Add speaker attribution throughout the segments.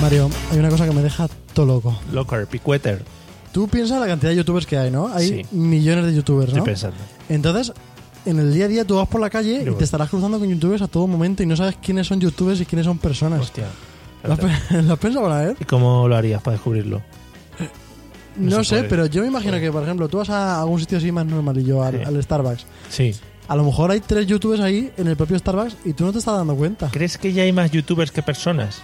Speaker 1: Mario, hay una cosa que me deja todo loco.
Speaker 2: Locker, Picueter.
Speaker 1: Tú piensas la cantidad de youtubers que hay, ¿no? Hay
Speaker 2: Sí.
Speaker 1: millones de youtubers,
Speaker 2: Estoy
Speaker 1: ¿no?
Speaker 2: pensando.
Speaker 1: Entonces, en el día a día tú vas por la calle y
Speaker 2: Yo voy.
Speaker 1: te estarás cruzando con youtubers a todo momento y no sabes quiénes son youtubers y quiénes son personas.
Speaker 2: Hostia.
Speaker 1: ¿Lo has, pe- lo has pensado alguna vez?
Speaker 2: ¿Y cómo lo harías para descubrirlo?
Speaker 1: No,
Speaker 2: No se
Speaker 1: sé,
Speaker 2: puede.
Speaker 1: pero yo me imagino que, por ejemplo, tú vas a algún sitio así más normalillo, al,
Speaker 2: Sí.
Speaker 1: al Starbucks.
Speaker 2: Sí.
Speaker 1: A lo mejor hay tres youtubers ahí en el propio Starbucks y tú no te estás dando cuenta.
Speaker 2: ¿Crees que ya hay más youtubers que personas?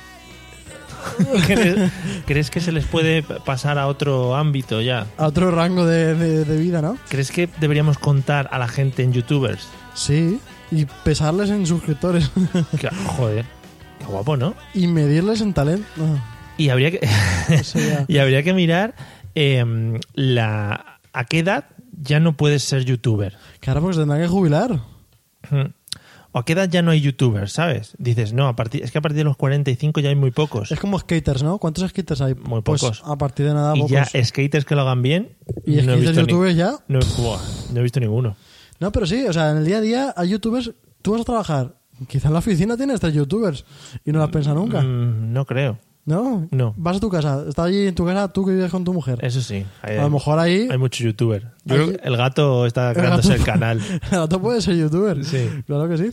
Speaker 2: ¿Crees, crees que se les puede pasar a otro ámbito ya?
Speaker 1: A otro rango de, de- de vida, ¿no?
Speaker 2: ¿Crees que deberíamos contar a la gente en youtubers?
Speaker 1: Sí. Y pesarles en suscriptores
Speaker 2: Que, joder, qué guapo, ¿no?
Speaker 1: y medirles en talento. No,
Speaker 2: Y habría que,
Speaker 1: eso ya.
Speaker 2: y habría que mirar em, la, a qué edad ya no puedes ser youtuber.
Speaker 1: Claro, porque se tendrán que jubilar.
Speaker 2: Ujú. O a qué edad ya no hay youtubers, ¿sabes? Dices, no, a partir, es que a partir de los 45 ya hay muy pocos.
Speaker 1: Es como skaters, ¿no? ¿Cuántos skaters hay?
Speaker 2: Pues Muy
Speaker 1: Pues,
Speaker 2: pocos.
Speaker 1: a partir de nada,
Speaker 2: y
Speaker 1: pocos.
Speaker 2: ya skaters que lo hagan bien.
Speaker 1: y
Speaker 2: no he
Speaker 1: skaters
Speaker 2: visto ni-
Speaker 1: youtubers ya.
Speaker 2: no, buah, no he visto ninguno.
Speaker 1: No, pero sí, o sea, en el día a día hay youtubers. Tú vas a trabajar. Quizá en la oficina tienes tres youtubers y no las piensas nunca.
Speaker 2: Mm, no creo.
Speaker 1: ¿No?
Speaker 2: No.
Speaker 1: Vas a tu casa, está allí en tu casa tú que vives con tu mujer.
Speaker 2: Eso sí. Hay,
Speaker 1: a lo mejor ahí
Speaker 2: hay mucho youtuber. Yo
Speaker 1: Hay-
Speaker 2: creo que el gato está
Speaker 1: gato-
Speaker 2: creándose el canal.
Speaker 1: tú puedes ser youtuber.
Speaker 2: Sí.
Speaker 1: Claro que sí.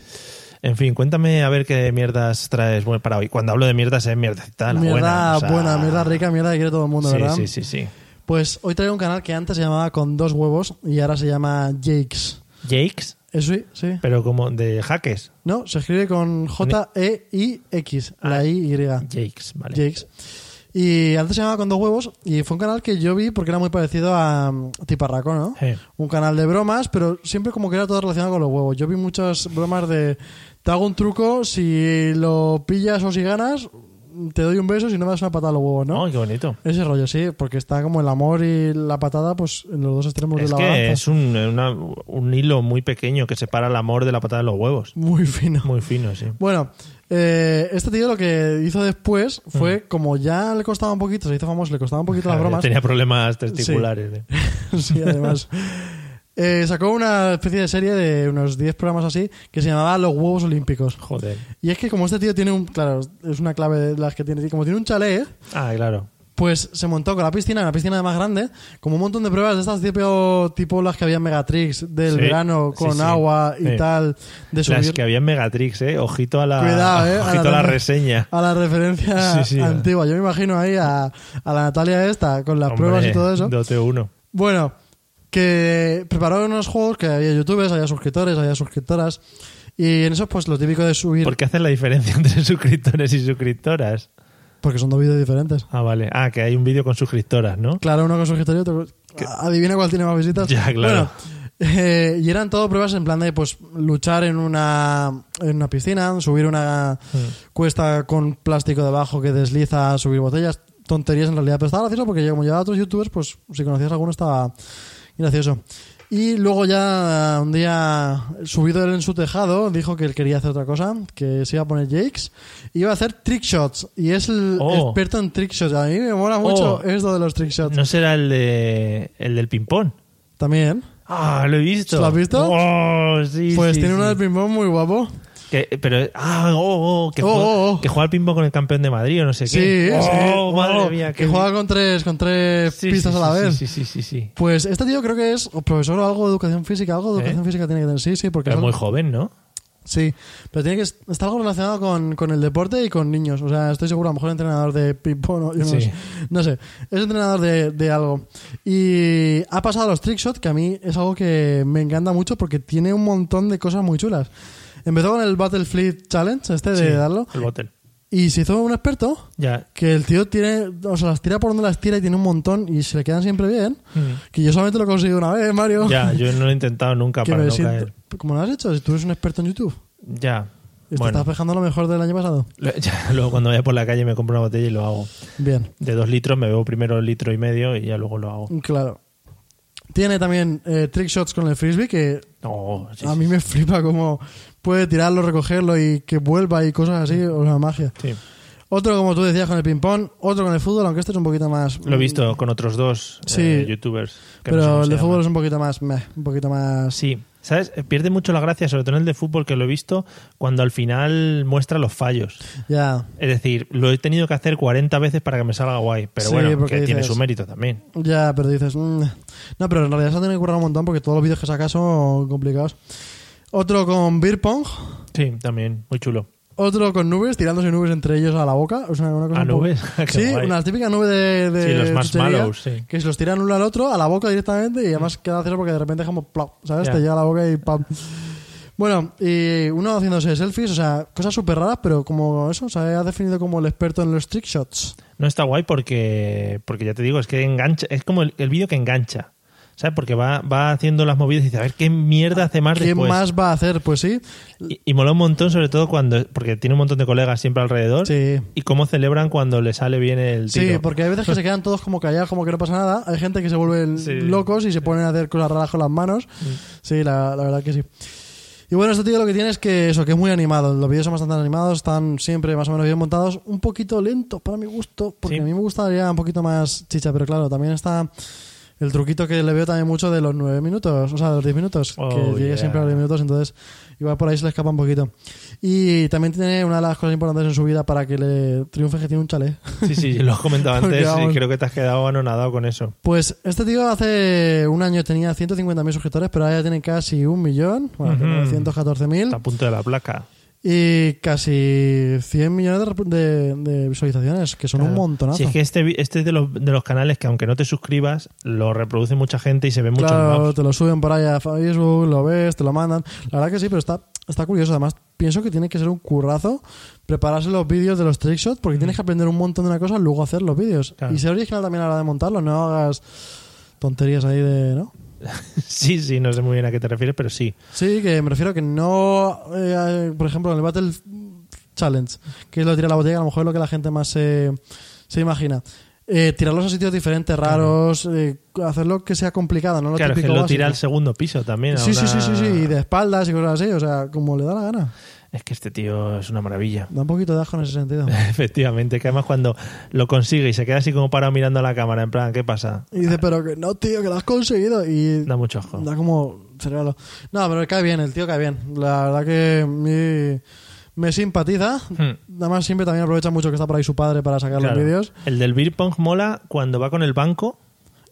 Speaker 2: En fin, cuéntame a ver qué mierdas traes bueno, para hoy. Cuando hablo de mierdas es mierdecita, Ah, la
Speaker 1: mierda
Speaker 2: buena.
Speaker 1: buena,
Speaker 2: o sea-
Speaker 1: mierda rica, mierda que quiere todo el mundo,
Speaker 2: sí,
Speaker 1: ¿verdad?
Speaker 2: sí, sí, sí.
Speaker 1: Pues hoy traigo un canal que antes se llamaba Con dos huevos y ahora se llama Jakes.
Speaker 2: Jakes,
Speaker 1: Eso sí, sí.
Speaker 2: pero como de jaques.
Speaker 1: No, se escribe con J-E-I-X, la I-Y.
Speaker 2: Jakes, E. Ah. vale.
Speaker 1: Jakes. Y antes se llamaba Con dos huevos y fue un canal que yo vi porque era muy parecido a mm, Tiparraco, ¿no?
Speaker 2: Eh,
Speaker 1: un canal de bromas, pero siempre como que era todo relacionado con los huevos. Yo vi muchas bromas de te hago un truco, si lo pillas o si ganas, te doy un beso, si no me das una patada a los huevos, ¿no?
Speaker 2: oh, qué bonito.
Speaker 1: Ese rollo, sí, porque está como el amor y la patada, pues en los dos extremos
Speaker 2: Es
Speaker 1: de la
Speaker 2: que
Speaker 1: balanza.
Speaker 2: es un, una- un hilo muy pequeño que separa el amor de la patada de los huevos.
Speaker 1: Muy fino.
Speaker 2: Muy fino, sí.
Speaker 1: Bueno, eh, este tío lo que hizo después fue, como ya le costaba un poquito, se hizo famoso, le costaba un poquito las bromas.
Speaker 2: Mm. Tenía problemas testiculares. eh.
Speaker 1: sí, además. Eh, sacó una especie de serie de unos 10 programas así que se llamaba Los Huevos Olímpicos.
Speaker 2: Joder.
Speaker 1: Y es que como este tío tiene un, claro, es una clave de las que tiene, como tiene un chalet,
Speaker 2: Ah, claro.
Speaker 1: pues se montó con la piscina, la piscina más grande, como un montón de pruebas de estas tipo, tipo las que había en Megatrix del
Speaker 2: Sí,
Speaker 1: verano
Speaker 2: sí,
Speaker 1: con
Speaker 2: sí.
Speaker 1: agua y
Speaker 2: Sí.
Speaker 1: tal, de
Speaker 2: Las
Speaker 1: subir
Speaker 2: que había en Megatrix, ¿eh? Ojito a la,
Speaker 1: Cuidado, eh,
Speaker 2: ojito a la reseña.
Speaker 1: a la referencia
Speaker 2: Sí, sí.
Speaker 1: antigua. Yo me imagino ahí a, a la Natalia esta con las
Speaker 2: Hombre,
Speaker 1: pruebas y todo eso.
Speaker 2: Dote 1.
Speaker 1: Bueno, que preparó unos juegos que había youtubers, había suscriptores, había suscriptoras. Y en eso, pues lo típico de subir,
Speaker 2: ¿Por qué hacen la diferencia entre suscriptores y suscriptoras?
Speaker 1: porque son dos vídeos diferentes.
Speaker 2: Ah, vale. Ah, que hay un vídeo con suscriptoras, ¿no?
Speaker 1: Claro, uno con sujeto y otro. Adivina cuál tiene más visitas.
Speaker 2: Ya, claro.
Speaker 1: Bueno, eh, y eran todo pruebas en plan de pues luchar en una, en una piscina, subir una
Speaker 2: Mm.
Speaker 1: cuesta con plástico debajo que desliza, subir botellas. Tonterías en realidad, pero estaba gracioso porque yo, como llevaba a otros youtubers, pues si conocías alguno estaba gracioso. Y luego ya eh, un día, subido él en su tejado, dijo que él quería hacer otra cosa, que se iba a poner Jakes, y iba a hacer trick shots, y es el
Speaker 2: Oh.
Speaker 1: experto en trick shots. A mí me mola mucho
Speaker 2: Oh.
Speaker 1: esto de los trick shots.
Speaker 2: No será el, de, el del ping-pong.
Speaker 1: También.
Speaker 2: Ah, lo he visto.
Speaker 1: ¿Lo has visto?
Speaker 2: Oh, sí.
Speaker 1: Pues
Speaker 2: sí,
Speaker 1: tiene
Speaker 2: sí.
Speaker 1: uno del ping-pong muy guapo.
Speaker 2: Que- pero, ah, oh, oh, que,
Speaker 1: Oh,
Speaker 2: juega,
Speaker 1: oh, oh.
Speaker 2: que juega al ping-pong con el campeón de Madrid o no sé
Speaker 1: Sí,
Speaker 2: qué.
Speaker 1: sí.
Speaker 2: Oh, madre
Speaker 1: Oh,
Speaker 2: mía.
Speaker 1: Que juega con tres, con tres pistas a la vez.
Speaker 2: Sí, sí, sí, sí.
Speaker 1: Pues este tío creo que es o profesor o algo de educación física, algo de
Speaker 2: ¿Eh?
Speaker 1: educación física tiene que tener. Sí, sí, porque
Speaker 2: Pero
Speaker 1: es
Speaker 2: muy
Speaker 1: algo-
Speaker 2: joven, ¿no?
Speaker 1: Sí, pero tiene que es- está algo relacionado con, con el deporte y con niños. O sea, estoy seguro, a lo mejor entrenador de ping-pong, o yo no,
Speaker 2: Sí.
Speaker 1: sé, No sé. es entrenador de, de algo. Y ha pasado a los trickshots, que a mí es algo que me encanta mucho porque tiene un montón de cosas muy chulas. Empezó con el Battlefield Challenge, este de
Speaker 2: Sí,
Speaker 1: darlo.
Speaker 2: El botel.
Speaker 1: Y se hizo un experto
Speaker 2: Ya.
Speaker 1: que el tío tiene, o sea, las tira por donde las tira y tiene un montón y se le quedan siempre bien.
Speaker 2: Mm.
Speaker 1: Que yo solamente lo he conseguido una vez, Mario.
Speaker 2: Ya, yo no lo he intentado nunca
Speaker 1: que
Speaker 2: para
Speaker 1: me
Speaker 2: no
Speaker 1: siento-
Speaker 2: caer.
Speaker 1: ¿Cómo lo has hecho? Si tú eres un experto en YouTube.
Speaker 2: Ya.
Speaker 1: Y Te
Speaker 2: Bueno.
Speaker 1: estás dejando lo mejor del año pasado.
Speaker 2: Lo- ya, Luego cuando vaya por la calle me compro una botella y lo hago.
Speaker 1: Bien.
Speaker 2: De dos litros me bebo primero el litro y medio y ya luego lo hago.
Speaker 1: Claro. Tiene también eh, trick shots con el frisbee que
Speaker 2: No, Oh, sí,
Speaker 1: a
Speaker 2: sí,
Speaker 1: mí me flipa cómo puede tirarlo, recogerlo y que vuelva y cosas
Speaker 2: Mm.
Speaker 1: así, o sea, magia.
Speaker 2: sí.
Speaker 1: Otro, como tú decías, con el ping-pong, otro con el fútbol, aunque este es un poquito más.
Speaker 2: Lo he visto con otros dos
Speaker 1: Sí.
Speaker 2: eh, youtubers. que no sé
Speaker 1: Pero
Speaker 2: cómo
Speaker 1: el
Speaker 2: se
Speaker 1: de fútbol
Speaker 2: llaman.
Speaker 1: es un poquito más. meh, un poquito más.
Speaker 2: Sí, ¿sabes? Eh, Pierde mucho la gracia, sobre todo en el de fútbol, que lo he visto cuando al final muestra los fallos.
Speaker 1: Ya.
Speaker 2: Es decir, lo he tenido que hacer 40 veces para que me salga guay. Pero
Speaker 1: Sí,
Speaker 2: bueno,
Speaker 1: porque
Speaker 2: que tiene
Speaker 1: dices-
Speaker 2: su mérito también.
Speaker 1: Ya, pero dices. mm. No, pero en realidad se han tenido que currar un montón porque todos los vídeos que sacas son complicados. Otro con beer pong.
Speaker 2: Sí, también, muy chulo.
Speaker 1: Otro con nubes, tirándose nubes entre ellos a la boca. O sea, una cosa
Speaker 2: ¿A
Speaker 1: un poco-
Speaker 2: nubes? Qué
Speaker 1: Sí,
Speaker 2: guay.
Speaker 1: una típica nube de. de este
Speaker 2: Sí, los
Speaker 1: chuchería,
Speaker 2: marshmallows, sí.
Speaker 1: Que se los tiran uno al otro, a la boca directamente, y además queda cero porque de repente es como plop, ¿sabes?
Speaker 2: Ya.
Speaker 1: Te llega a la boca y pam. Bueno, y uno haciéndose selfies, o sea, cosas súper raras, pero como eso, se ha definido como el experto en los trick shots.
Speaker 2: No está guay porque, porque ya te digo, es que engancha, es como el, el vídeo que engancha. ¿Sabes? Porque va, va haciendo las movidas y dice, a ver qué mierda hace más
Speaker 1: ¿Quién
Speaker 2: después.
Speaker 1: más va a hacer? Pues sí.
Speaker 2: Y, y mola un montón, sobre todo cuando. Porque tiene un montón de colegas siempre alrededor.
Speaker 1: Sí.
Speaker 2: Y cómo celebran cuando le sale bien el
Speaker 1: Sí,
Speaker 2: tiro.
Speaker 1: porque hay veces que se quedan todos como callados, como que no pasa nada. Hay gente que se vuelve
Speaker 2: Sí. Mm.
Speaker 1: locos y se ponen a hacer cosas raras con las manos. Sí, la, la verdad que sí. Y bueno, este tío lo que tiene es que eso, que es muy animado. Los vídeos son bastante animados, están siempre más o menos bien montados. Un poquito lento para mi gusto, porque
Speaker 2: Sí.
Speaker 1: a mí me gustaría un poquito más chicha, pero claro, también está el truquito que le veo también mucho de los 9 minutos, o sea, de los 10 minutos,
Speaker 2: Oh,
Speaker 1: que llegue
Speaker 2: yeah.
Speaker 1: siempre a los 10 minutos, entonces igual por ahí se le escapa un poquito. Y también tiene una de las cosas importantes en su vida para que le triunfe, es que tiene un chalet.
Speaker 2: Sí, sí, lo has comentado
Speaker 1: Porque
Speaker 2: antes y
Speaker 1: vamos.
Speaker 2: creo que te has quedado anonadado con eso.
Speaker 1: Pues este tío hace un año tenía 150.000 suscriptores, pero ahora ya tiene casi un millón, bueno,
Speaker 2: Ujú.
Speaker 1: 914.000
Speaker 2: Está a punto de la placa.
Speaker 1: y casi 100 millones de, rep- de- de visualizaciones, que son un
Speaker 2: Claro.
Speaker 1: montonazo.
Speaker 2: Si es que este, vi- este es de los, de los canales que aunque no te suscribas, lo reproduce mucha gente y se ve mucho en
Speaker 1: claro,
Speaker 2: maps.
Speaker 1: te lo suben por ahí a Facebook, lo ves, te lo mandan. La verdad que sí, pero está, está curioso. Además, pienso que tiene que ser un currazo prepararse los vídeos de los trickshots porque tienes que aprender un montón de una cosa luego hacer los vídeos.
Speaker 2: Claro.
Speaker 1: Y ser original también a la hora de montarlo, no hagas tonterías ahí de... ¿no?
Speaker 2: Sí, sí, no sé muy bien a qué te refieres, pero sí.
Speaker 1: Sí, que me refiero a que no, eh, por ejemplo, en el Battle Challenge, que es lo de tirar la botella, que a lo mejor es lo que la gente más se, se imagina. Eh, tirarlos a sitios diferentes, raros, eh, hacerlo que sea complicado, no lo
Speaker 2: claro, es que
Speaker 1: típico
Speaker 2: lo
Speaker 1: básico.
Speaker 2: tira al segundo piso también. a
Speaker 1: Sí, sí, sí,
Speaker 2: una-
Speaker 1: sí, sí, y de espaldas y cosas así, o sea, como le da la gana.
Speaker 2: Es que este tío es una maravilla.
Speaker 1: Da un poquito de asco en ese sentido.
Speaker 2: Efectivamente, que además cuando lo consigue y se queda así como parado mirando a la cámara, en plan, ¿qué pasa?
Speaker 1: Y dice, pero que no, tío, que lo has conseguido. Y
Speaker 2: Da mucho ojo.
Speaker 1: Da como cerebro. No, pero cae bien, el tío cae bien. La verdad que mi- me simpatiza.
Speaker 2: Hmm.
Speaker 1: Además, siempre también aprovecha mucho que está por ahí su padre para sacar
Speaker 2: Claro.
Speaker 1: los vídeos.
Speaker 2: El del beer pong mola cuando va con el banco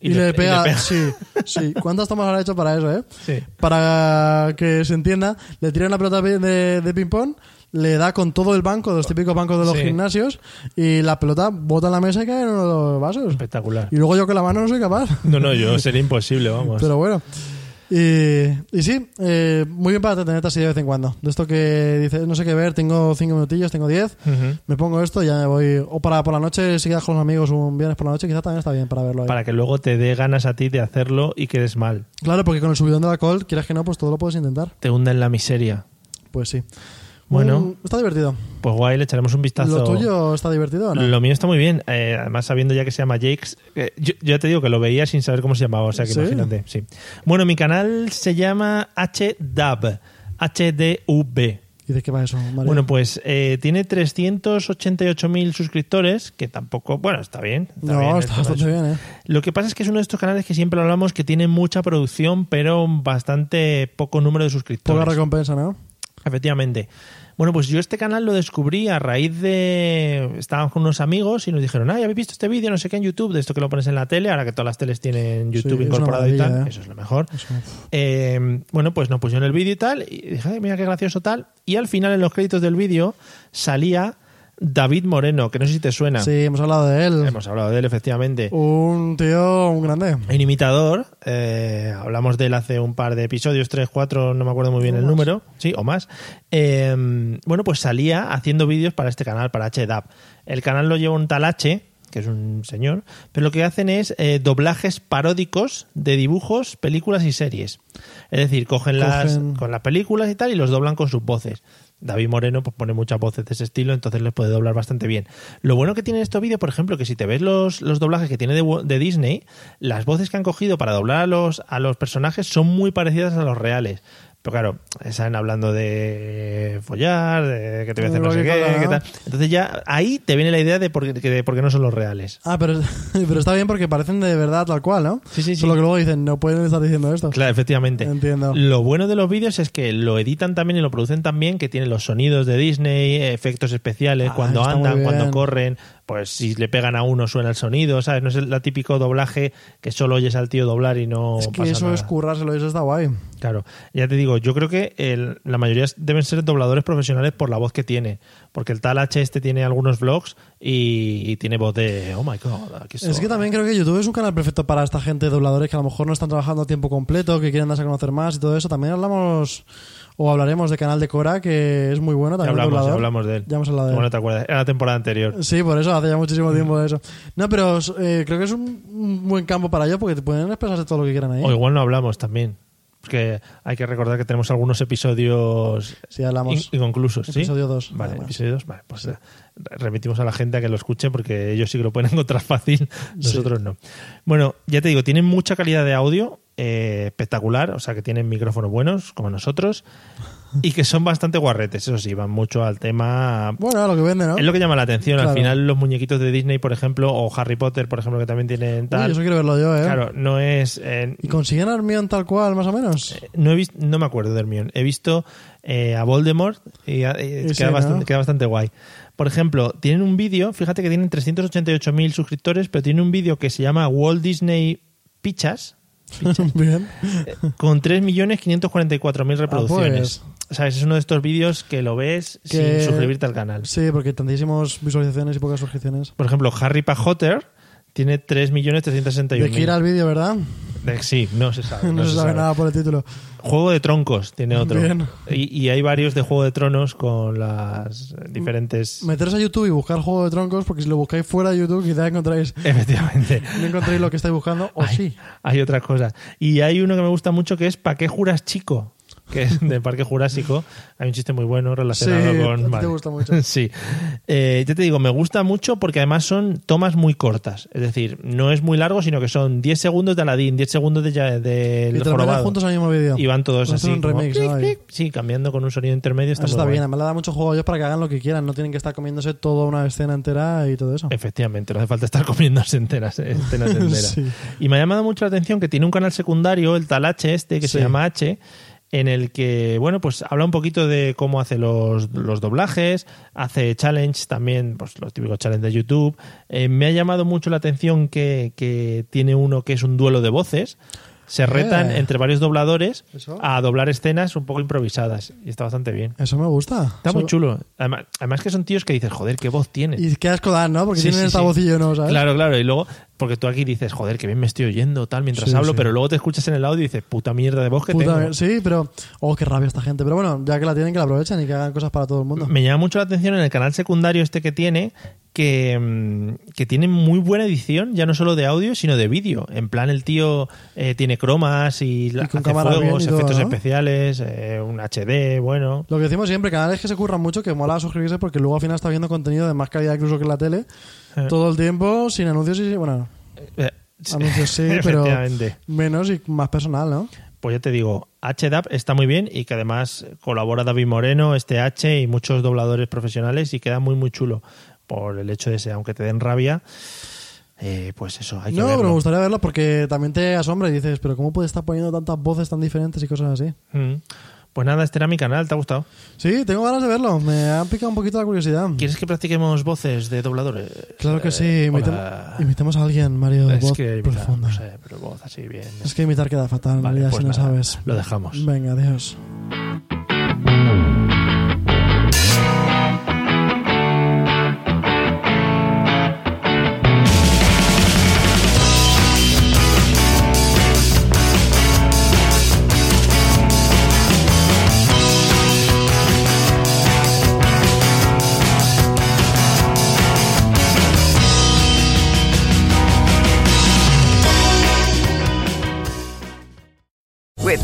Speaker 1: Y, le, pega,
Speaker 2: pega.
Speaker 1: Sí, sí. ¿Cuántas tomas habrá hecho para eso, eh?
Speaker 2: Sí.
Speaker 1: Para que se entienda, le tira una pelota de, de- de ping-pong, le da con todo el banco, de los típicos bancos de los
Speaker 2: Sí.
Speaker 1: gimnasios, y la pelota bota en la mesa y cae en uno de los vasos.
Speaker 2: Espectacular.
Speaker 1: Y luego yo con la mano no soy capaz.
Speaker 2: No, no, yo sería imposible, vamos.
Speaker 1: Pero bueno. Y, y sí, eh, muy bien para entretenerte así de vez en cuando. De esto que dices, no sé qué ver, tengo cinco minutillos, tengo 10,
Speaker 2: Ujú.
Speaker 1: me pongo esto y ya me voy. O para por la noche, si quedas con los amigos un viernes por la noche, quizás también está bien para verlo ahí.
Speaker 2: Para que luego te dé ganas a ti de hacerlo y quedes mal.
Speaker 1: Claro, porque con el subidón del alcohol, quieras que no, pues todo lo puedes intentar.
Speaker 2: Te hunda en la miseria.
Speaker 1: Pues sí.
Speaker 2: Bueno.
Speaker 1: Mm, está divertido.
Speaker 2: Pues guay, le echaremos un vistazo.
Speaker 1: ¿Lo tuyo está divertido o no?
Speaker 2: Lo mío está muy bien. Eh, además, sabiendo ya que se llama Jakes, eh, yo, yo te digo que lo veía sin saber cómo se llamaba, o sea que
Speaker 1: ¿Sí?
Speaker 2: imagínate. Sí. Bueno, mi canal se llama HDAB. HDV.
Speaker 1: ¿Y de qué va eso, Mario?
Speaker 2: Bueno, pues eh, tiene 388.000 suscriptores, que tampoco, bueno, está bien.
Speaker 1: no,
Speaker 2: bien,
Speaker 1: está
Speaker 2: esto no es-
Speaker 1: bastante bien, ¿eh?
Speaker 2: Lo que pasa es que es uno de estos canales que siempre hablamos que tiene mucha producción, pero bastante poco número de
Speaker 1: Poca
Speaker 2: suscriptores.
Speaker 1: recompensa, ¿no?
Speaker 2: Efectivamente. Bueno, pues yo este canal lo descubrí a raíz de... Estábamos con unos amigos y nos dijeron, ah, ya habéis visto este vídeo, no sé qué, en YouTube, de esto que lo pones en la tele, ahora que todas las teles tienen
Speaker 1: Sí,
Speaker 2: YouTube
Speaker 1: es una
Speaker 2: incorporado y
Speaker 1: maravilla,
Speaker 2: tal,
Speaker 1: ¿eh?
Speaker 2: eso es lo mejor.
Speaker 1: O sea, pff,
Speaker 2: Eh, bueno, pues nos pusieron el vídeo y tal, y dije, "Ay, mira qué gracioso tal. Y al final, en los créditos del vídeo, salía David Moreno, que no sé si te suena.
Speaker 1: Sí, hemos hablado de él.
Speaker 2: Hemos hablado de él, efectivamente.
Speaker 1: Un tío, un grande.
Speaker 2: Un imitador. eh, hablamos de él hace un par de episodios, tres, cuatro, no me acuerdo muy bien el número. Sí, o más. Eh, bueno, pues salía haciendo vídeos para este canal, para HDAP. El canal lo lleva un tal H, que es un señor, pero lo que hacen es eh, doblajes paródicos de dibujos, películas y series. Es decir, cogen, las,
Speaker 1: Cogen-
Speaker 2: con las películas y tal y los doblan con sus voces. David Moreno pues, pone muchas voces de ese estilo, entonces les puede doblar bastante bien. Lo bueno que tienen estos vídeos, por ejemplo, que si te ves los, los doblajes que tiene de, Wo- de Disney, las voces que han cogido para doblar a los, a los personajes son muy parecidas a los reales. Pero claro, salen hablando de follar, de que te voy a hacer no sé qué, qué tal. Entonces ya ahí te viene la idea de por qué, de por qué no son los reales.
Speaker 1: Ah, pero, pero está bien porque parecen de verdad tal cual, ¿no?
Speaker 2: Sí, sí, sí.
Speaker 1: Solo que luego dicen, no pueden estar diciendo esto.
Speaker 2: Claro, efectivamente.
Speaker 1: Entiendo.
Speaker 2: Lo bueno de los vídeos es que lo editan también y lo producen también, que tienen los sonidos de Disney, efectos especiales,
Speaker 1: Ah,
Speaker 2: cuando
Speaker 1: eso está muy
Speaker 2: andan, cuando
Speaker 1: bien.
Speaker 2: corren, pues si le pegan a uno suena el sonido, ¿sabes? No es el típico doblaje que solo oyes al tío doblar y no
Speaker 1: es que
Speaker 2: pasa
Speaker 1: eso
Speaker 2: nada.
Speaker 1: es currárselo, eso está guay.
Speaker 2: Claro, ya te digo, yo creo que el- la mayoría deben ser dobladores profesionales por la voz que tiene, porque el tal H este tiene algunos vlogs y, y tiene voz de, oh my god, aquí
Speaker 1: Es que también creo que YouTube es un canal perfecto para esta gente de dobladores que a lo mejor no están trabajando a tiempo completo, que quieren darse a conocer más y todo eso. También hablamos o hablaremos de canal de Cora, que es muy bueno
Speaker 2: Ya
Speaker 1: también.
Speaker 2: hablamos, ya
Speaker 1: doblador.
Speaker 2: hablamos de él.
Speaker 1: Ya hemos hablado de él.
Speaker 2: Bueno, te acuerdas, era la temporada anterior.
Speaker 1: Sí, por eso, hace ya muchísimo tiempo de eso. No, pero eh, creo que es un, un buen campo para ello porque te pueden expresarse todo lo que quieran ahí.
Speaker 2: O igual no hablamos también. Porque hay que recordar que tenemos algunos episodios
Speaker 1: Sí, hablamos.
Speaker 2: in- inconclusos. ¿sí?
Speaker 1: Episodio dos,
Speaker 2: Vale,
Speaker 1: nada más.
Speaker 2: episodio 2. Vale, pues eh, remitimos a la gente a que lo escuche porque ellos sí que lo pueden encontrar fácil, nosotros no. Bueno, ya te digo, tienen mucha calidad de audio, eh, espectacular, o sea que tienen micrófonos buenos, como nosotros, y que son bastante guarretes, eso sí, van mucho al tema
Speaker 1: Bueno, a lo que vende, ¿no?
Speaker 2: es lo que llama la atención. Al
Speaker 1: Claro.
Speaker 2: final, los muñequitos de Disney, por ejemplo, o Harry Potter, por ejemplo, que también tienen
Speaker 1: Uy,
Speaker 2: tal.
Speaker 1: eso quiero verlo yo, ¿eh?
Speaker 2: Claro, no es. eh,
Speaker 1: ¿Y consiguen a Hermione tal cual, más o menos?
Speaker 2: no, he visto, no me acuerdo de Hermione. He visto eh, a Voldemort y, a- y
Speaker 1: sí,
Speaker 2: queda,
Speaker 1: ¿no?
Speaker 2: bastante, queda bastante guay. Por ejemplo, tienen un vídeo, fíjate que tienen 388.000 suscriptores, pero tienen un vídeo que se llama Walt Disney Pichas eh,
Speaker 1: Bien.
Speaker 2: con 3.544.000
Speaker 1: Ah,
Speaker 2: reproducciones. ¿Sabes? Es uno de estos vídeos que lo ves
Speaker 1: pues. Que-
Speaker 2: sin suscribirte al canal.
Speaker 1: Sí, porque tantísimas visualizaciones y pocas suscripciones.
Speaker 2: Por ejemplo, Harry Pajotter tiene 3.361.000.
Speaker 1: De que ir al vídeo, ¿verdad?
Speaker 2: De- Eh, Sí, no se sabe.
Speaker 1: No, se sabe, nada por el título.
Speaker 2: Juego de Troncos tiene otro.
Speaker 1: Bien.
Speaker 2: Y, y hay varios de Juego de Tronos con las eh, diferentes...
Speaker 1: Meteros a YouTube y buscar Juego de Troncos, porque si lo buscáis fuera de YouTube, quizá encontráis,
Speaker 2: Efectivamente.
Speaker 1: no encontréis lo que estáis buscando, o
Speaker 2: Hay-
Speaker 1: sí.
Speaker 2: Hay otras cosas. Y hay uno que me gusta mucho que es ¿Pa qué juras chico? Que es de Parque Jurásico. Hay un chiste muy bueno
Speaker 1: Sí,
Speaker 2: relacionado
Speaker 1: a ti
Speaker 2: con...
Speaker 1: te
Speaker 2: vale.
Speaker 1: gusta mucho.
Speaker 2: Sí. Eh, ya te digo, me gusta mucho porque además son tomas muy cortas. Es decir, no es muy largo, sino que son 10 segundos de Aladdin, 10 segundos de, ya- de
Speaker 1: Y
Speaker 2: El
Speaker 1: te lo
Speaker 2: Jorobado.
Speaker 1: meten juntos al mismo vídeo.
Speaker 2: Y van todos
Speaker 1: Hacen
Speaker 2: así.
Speaker 1: un
Speaker 2: como
Speaker 1: remix,
Speaker 2: clic,
Speaker 1: ¿no?
Speaker 2: clic. Sí, cambiando con un sonido intermedio. Está,
Speaker 1: Eso
Speaker 2: muy
Speaker 1: está
Speaker 2: guay.
Speaker 1: bien, además le da mucho juego a ellos para que hagan lo que quieran, no tienen que estar comiéndose toda una escena entera y todo eso.
Speaker 2: Efectivamente, no hace falta estar comiéndose enteras, escenas enteras.
Speaker 1: Sí.
Speaker 2: Y me ha llamado mucho la atención que tiene un canal secundario, el tal H este, que se
Speaker 1: Sí.
Speaker 2: llama H, en el que, bueno, pues habla un poquito de cómo hace los, los doblajes, hace challenge también, pues los típicos challenge de YouTube. Eh, me ha llamado mucho la atención que, que tiene uno que es un duelo de voces. Se retan
Speaker 1: Eh.
Speaker 2: entre varios dobladores
Speaker 1: Eso.
Speaker 2: a doblar escenas un poco improvisadas. Y está bastante bien.
Speaker 1: Eso me gusta.
Speaker 2: Está
Speaker 1: Eso-
Speaker 2: muy chulo. Además, además que son tíos que dices, joder, qué voz tienen.
Speaker 1: Y qué asco dan, ¿no? Porque
Speaker 2: Sí,
Speaker 1: tienen
Speaker 2: sí,
Speaker 1: esta
Speaker 2: sí.
Speaker 1: voz y yo no, ¿sabes?
Speaker 2: Claro, claro. Y luego, porque tú aquí dices, joder, que bien me estoy oyendo, tal, mientras
Speaker 1: Sí,
Speaker 2: hablo,
Speaker 1: sí.
Speaker 2: pero luego te escuchas en el audio y dices, puta mierda de voz que
Speaker 1: Puta,
Speaker 2: tengo.
Speaker 1: sí, pero. Oh, qué rabia esta gente. Pero bueno, ya que la tienen, que la aprovechen y que hagan cosas para todo el mundo.
Speaker 2: Me llama mucho la atención en el canal secundario este que tiene, que, mm, que tiene muy buena edición, ya no solo de audio, sino de vídeo. En plan, el tío eh, tiene cromas y, la-
Speaker 1: con
Speaker 2: hace
Speaker 1: cámara bien y
Speaker 2: fuegos,
Speaker 1: todo,
Speaker 2: efectos
Speaker 1: ¿no?
Speaker 2: especiales, eh, un HD, bueno.
Speaker 1: Lo que decimos siempre, canales que se curran mucho, que mola suscribirse porque luego al final está viendo contenido de más calidad incluso que la tele.
Speaker 2: Eh.
Speaker 1: Todo el tiempo, sin anuncios y. Bueno,
Speaker 2: Eh,
Speaker 1: anuncios sí, pero.
Speaker 2: efectivamente.
Speaker 1: Menos y más personal, ¿no?
Speaker 2: Pues ya te digo, HDAP está muy bien y que además colabora David Moreno, este H y muchos dobladores profesionales y queda muy muy chulo por el hecho de ese, aunque te den rabia, eh, pues eso, hay que
Speaker 1: No, pero me
Speaker 2: verlo.
Speaker 1: gustaría verlo porque también te asombra y dices, pero ¿cómo puede estar poniendo tantas voces tan diferentes y cosas así?
Speaker 2: Mm. Pues nada, este era mi canal, ¿te ha gustado?
Speaker 1: Sí, tengo ganas de verlo. Me ha picado un poquito la curiosidad.
Speaker 2: ¿Quieres que practiquemos voces de dobladores?
Speaker 1: Claro que sí.
Speaker 2: Eh,
Speaker 1: imitem-
Speaker 2: hola.
Speaker 1: imitemos a alguien, Mario.
Speaker 2: Es
Speaker 1: voz
Speaker 2: que imitar,
Speaker 1: profunda.
Speaker 2: no sé, pero voz así bien.
Speaker 1: Es que imitar queda fatal, en
Speaker 2: Vale,
Speaker 1: realidad,
Speaker 2: pues
Speaker 1: si no
Speaker 2: nada,
Speaker 1: sabes.
Speaker 2: Lo dejamos.
Speaker 1: Venga, adiós.
Speaker 3: With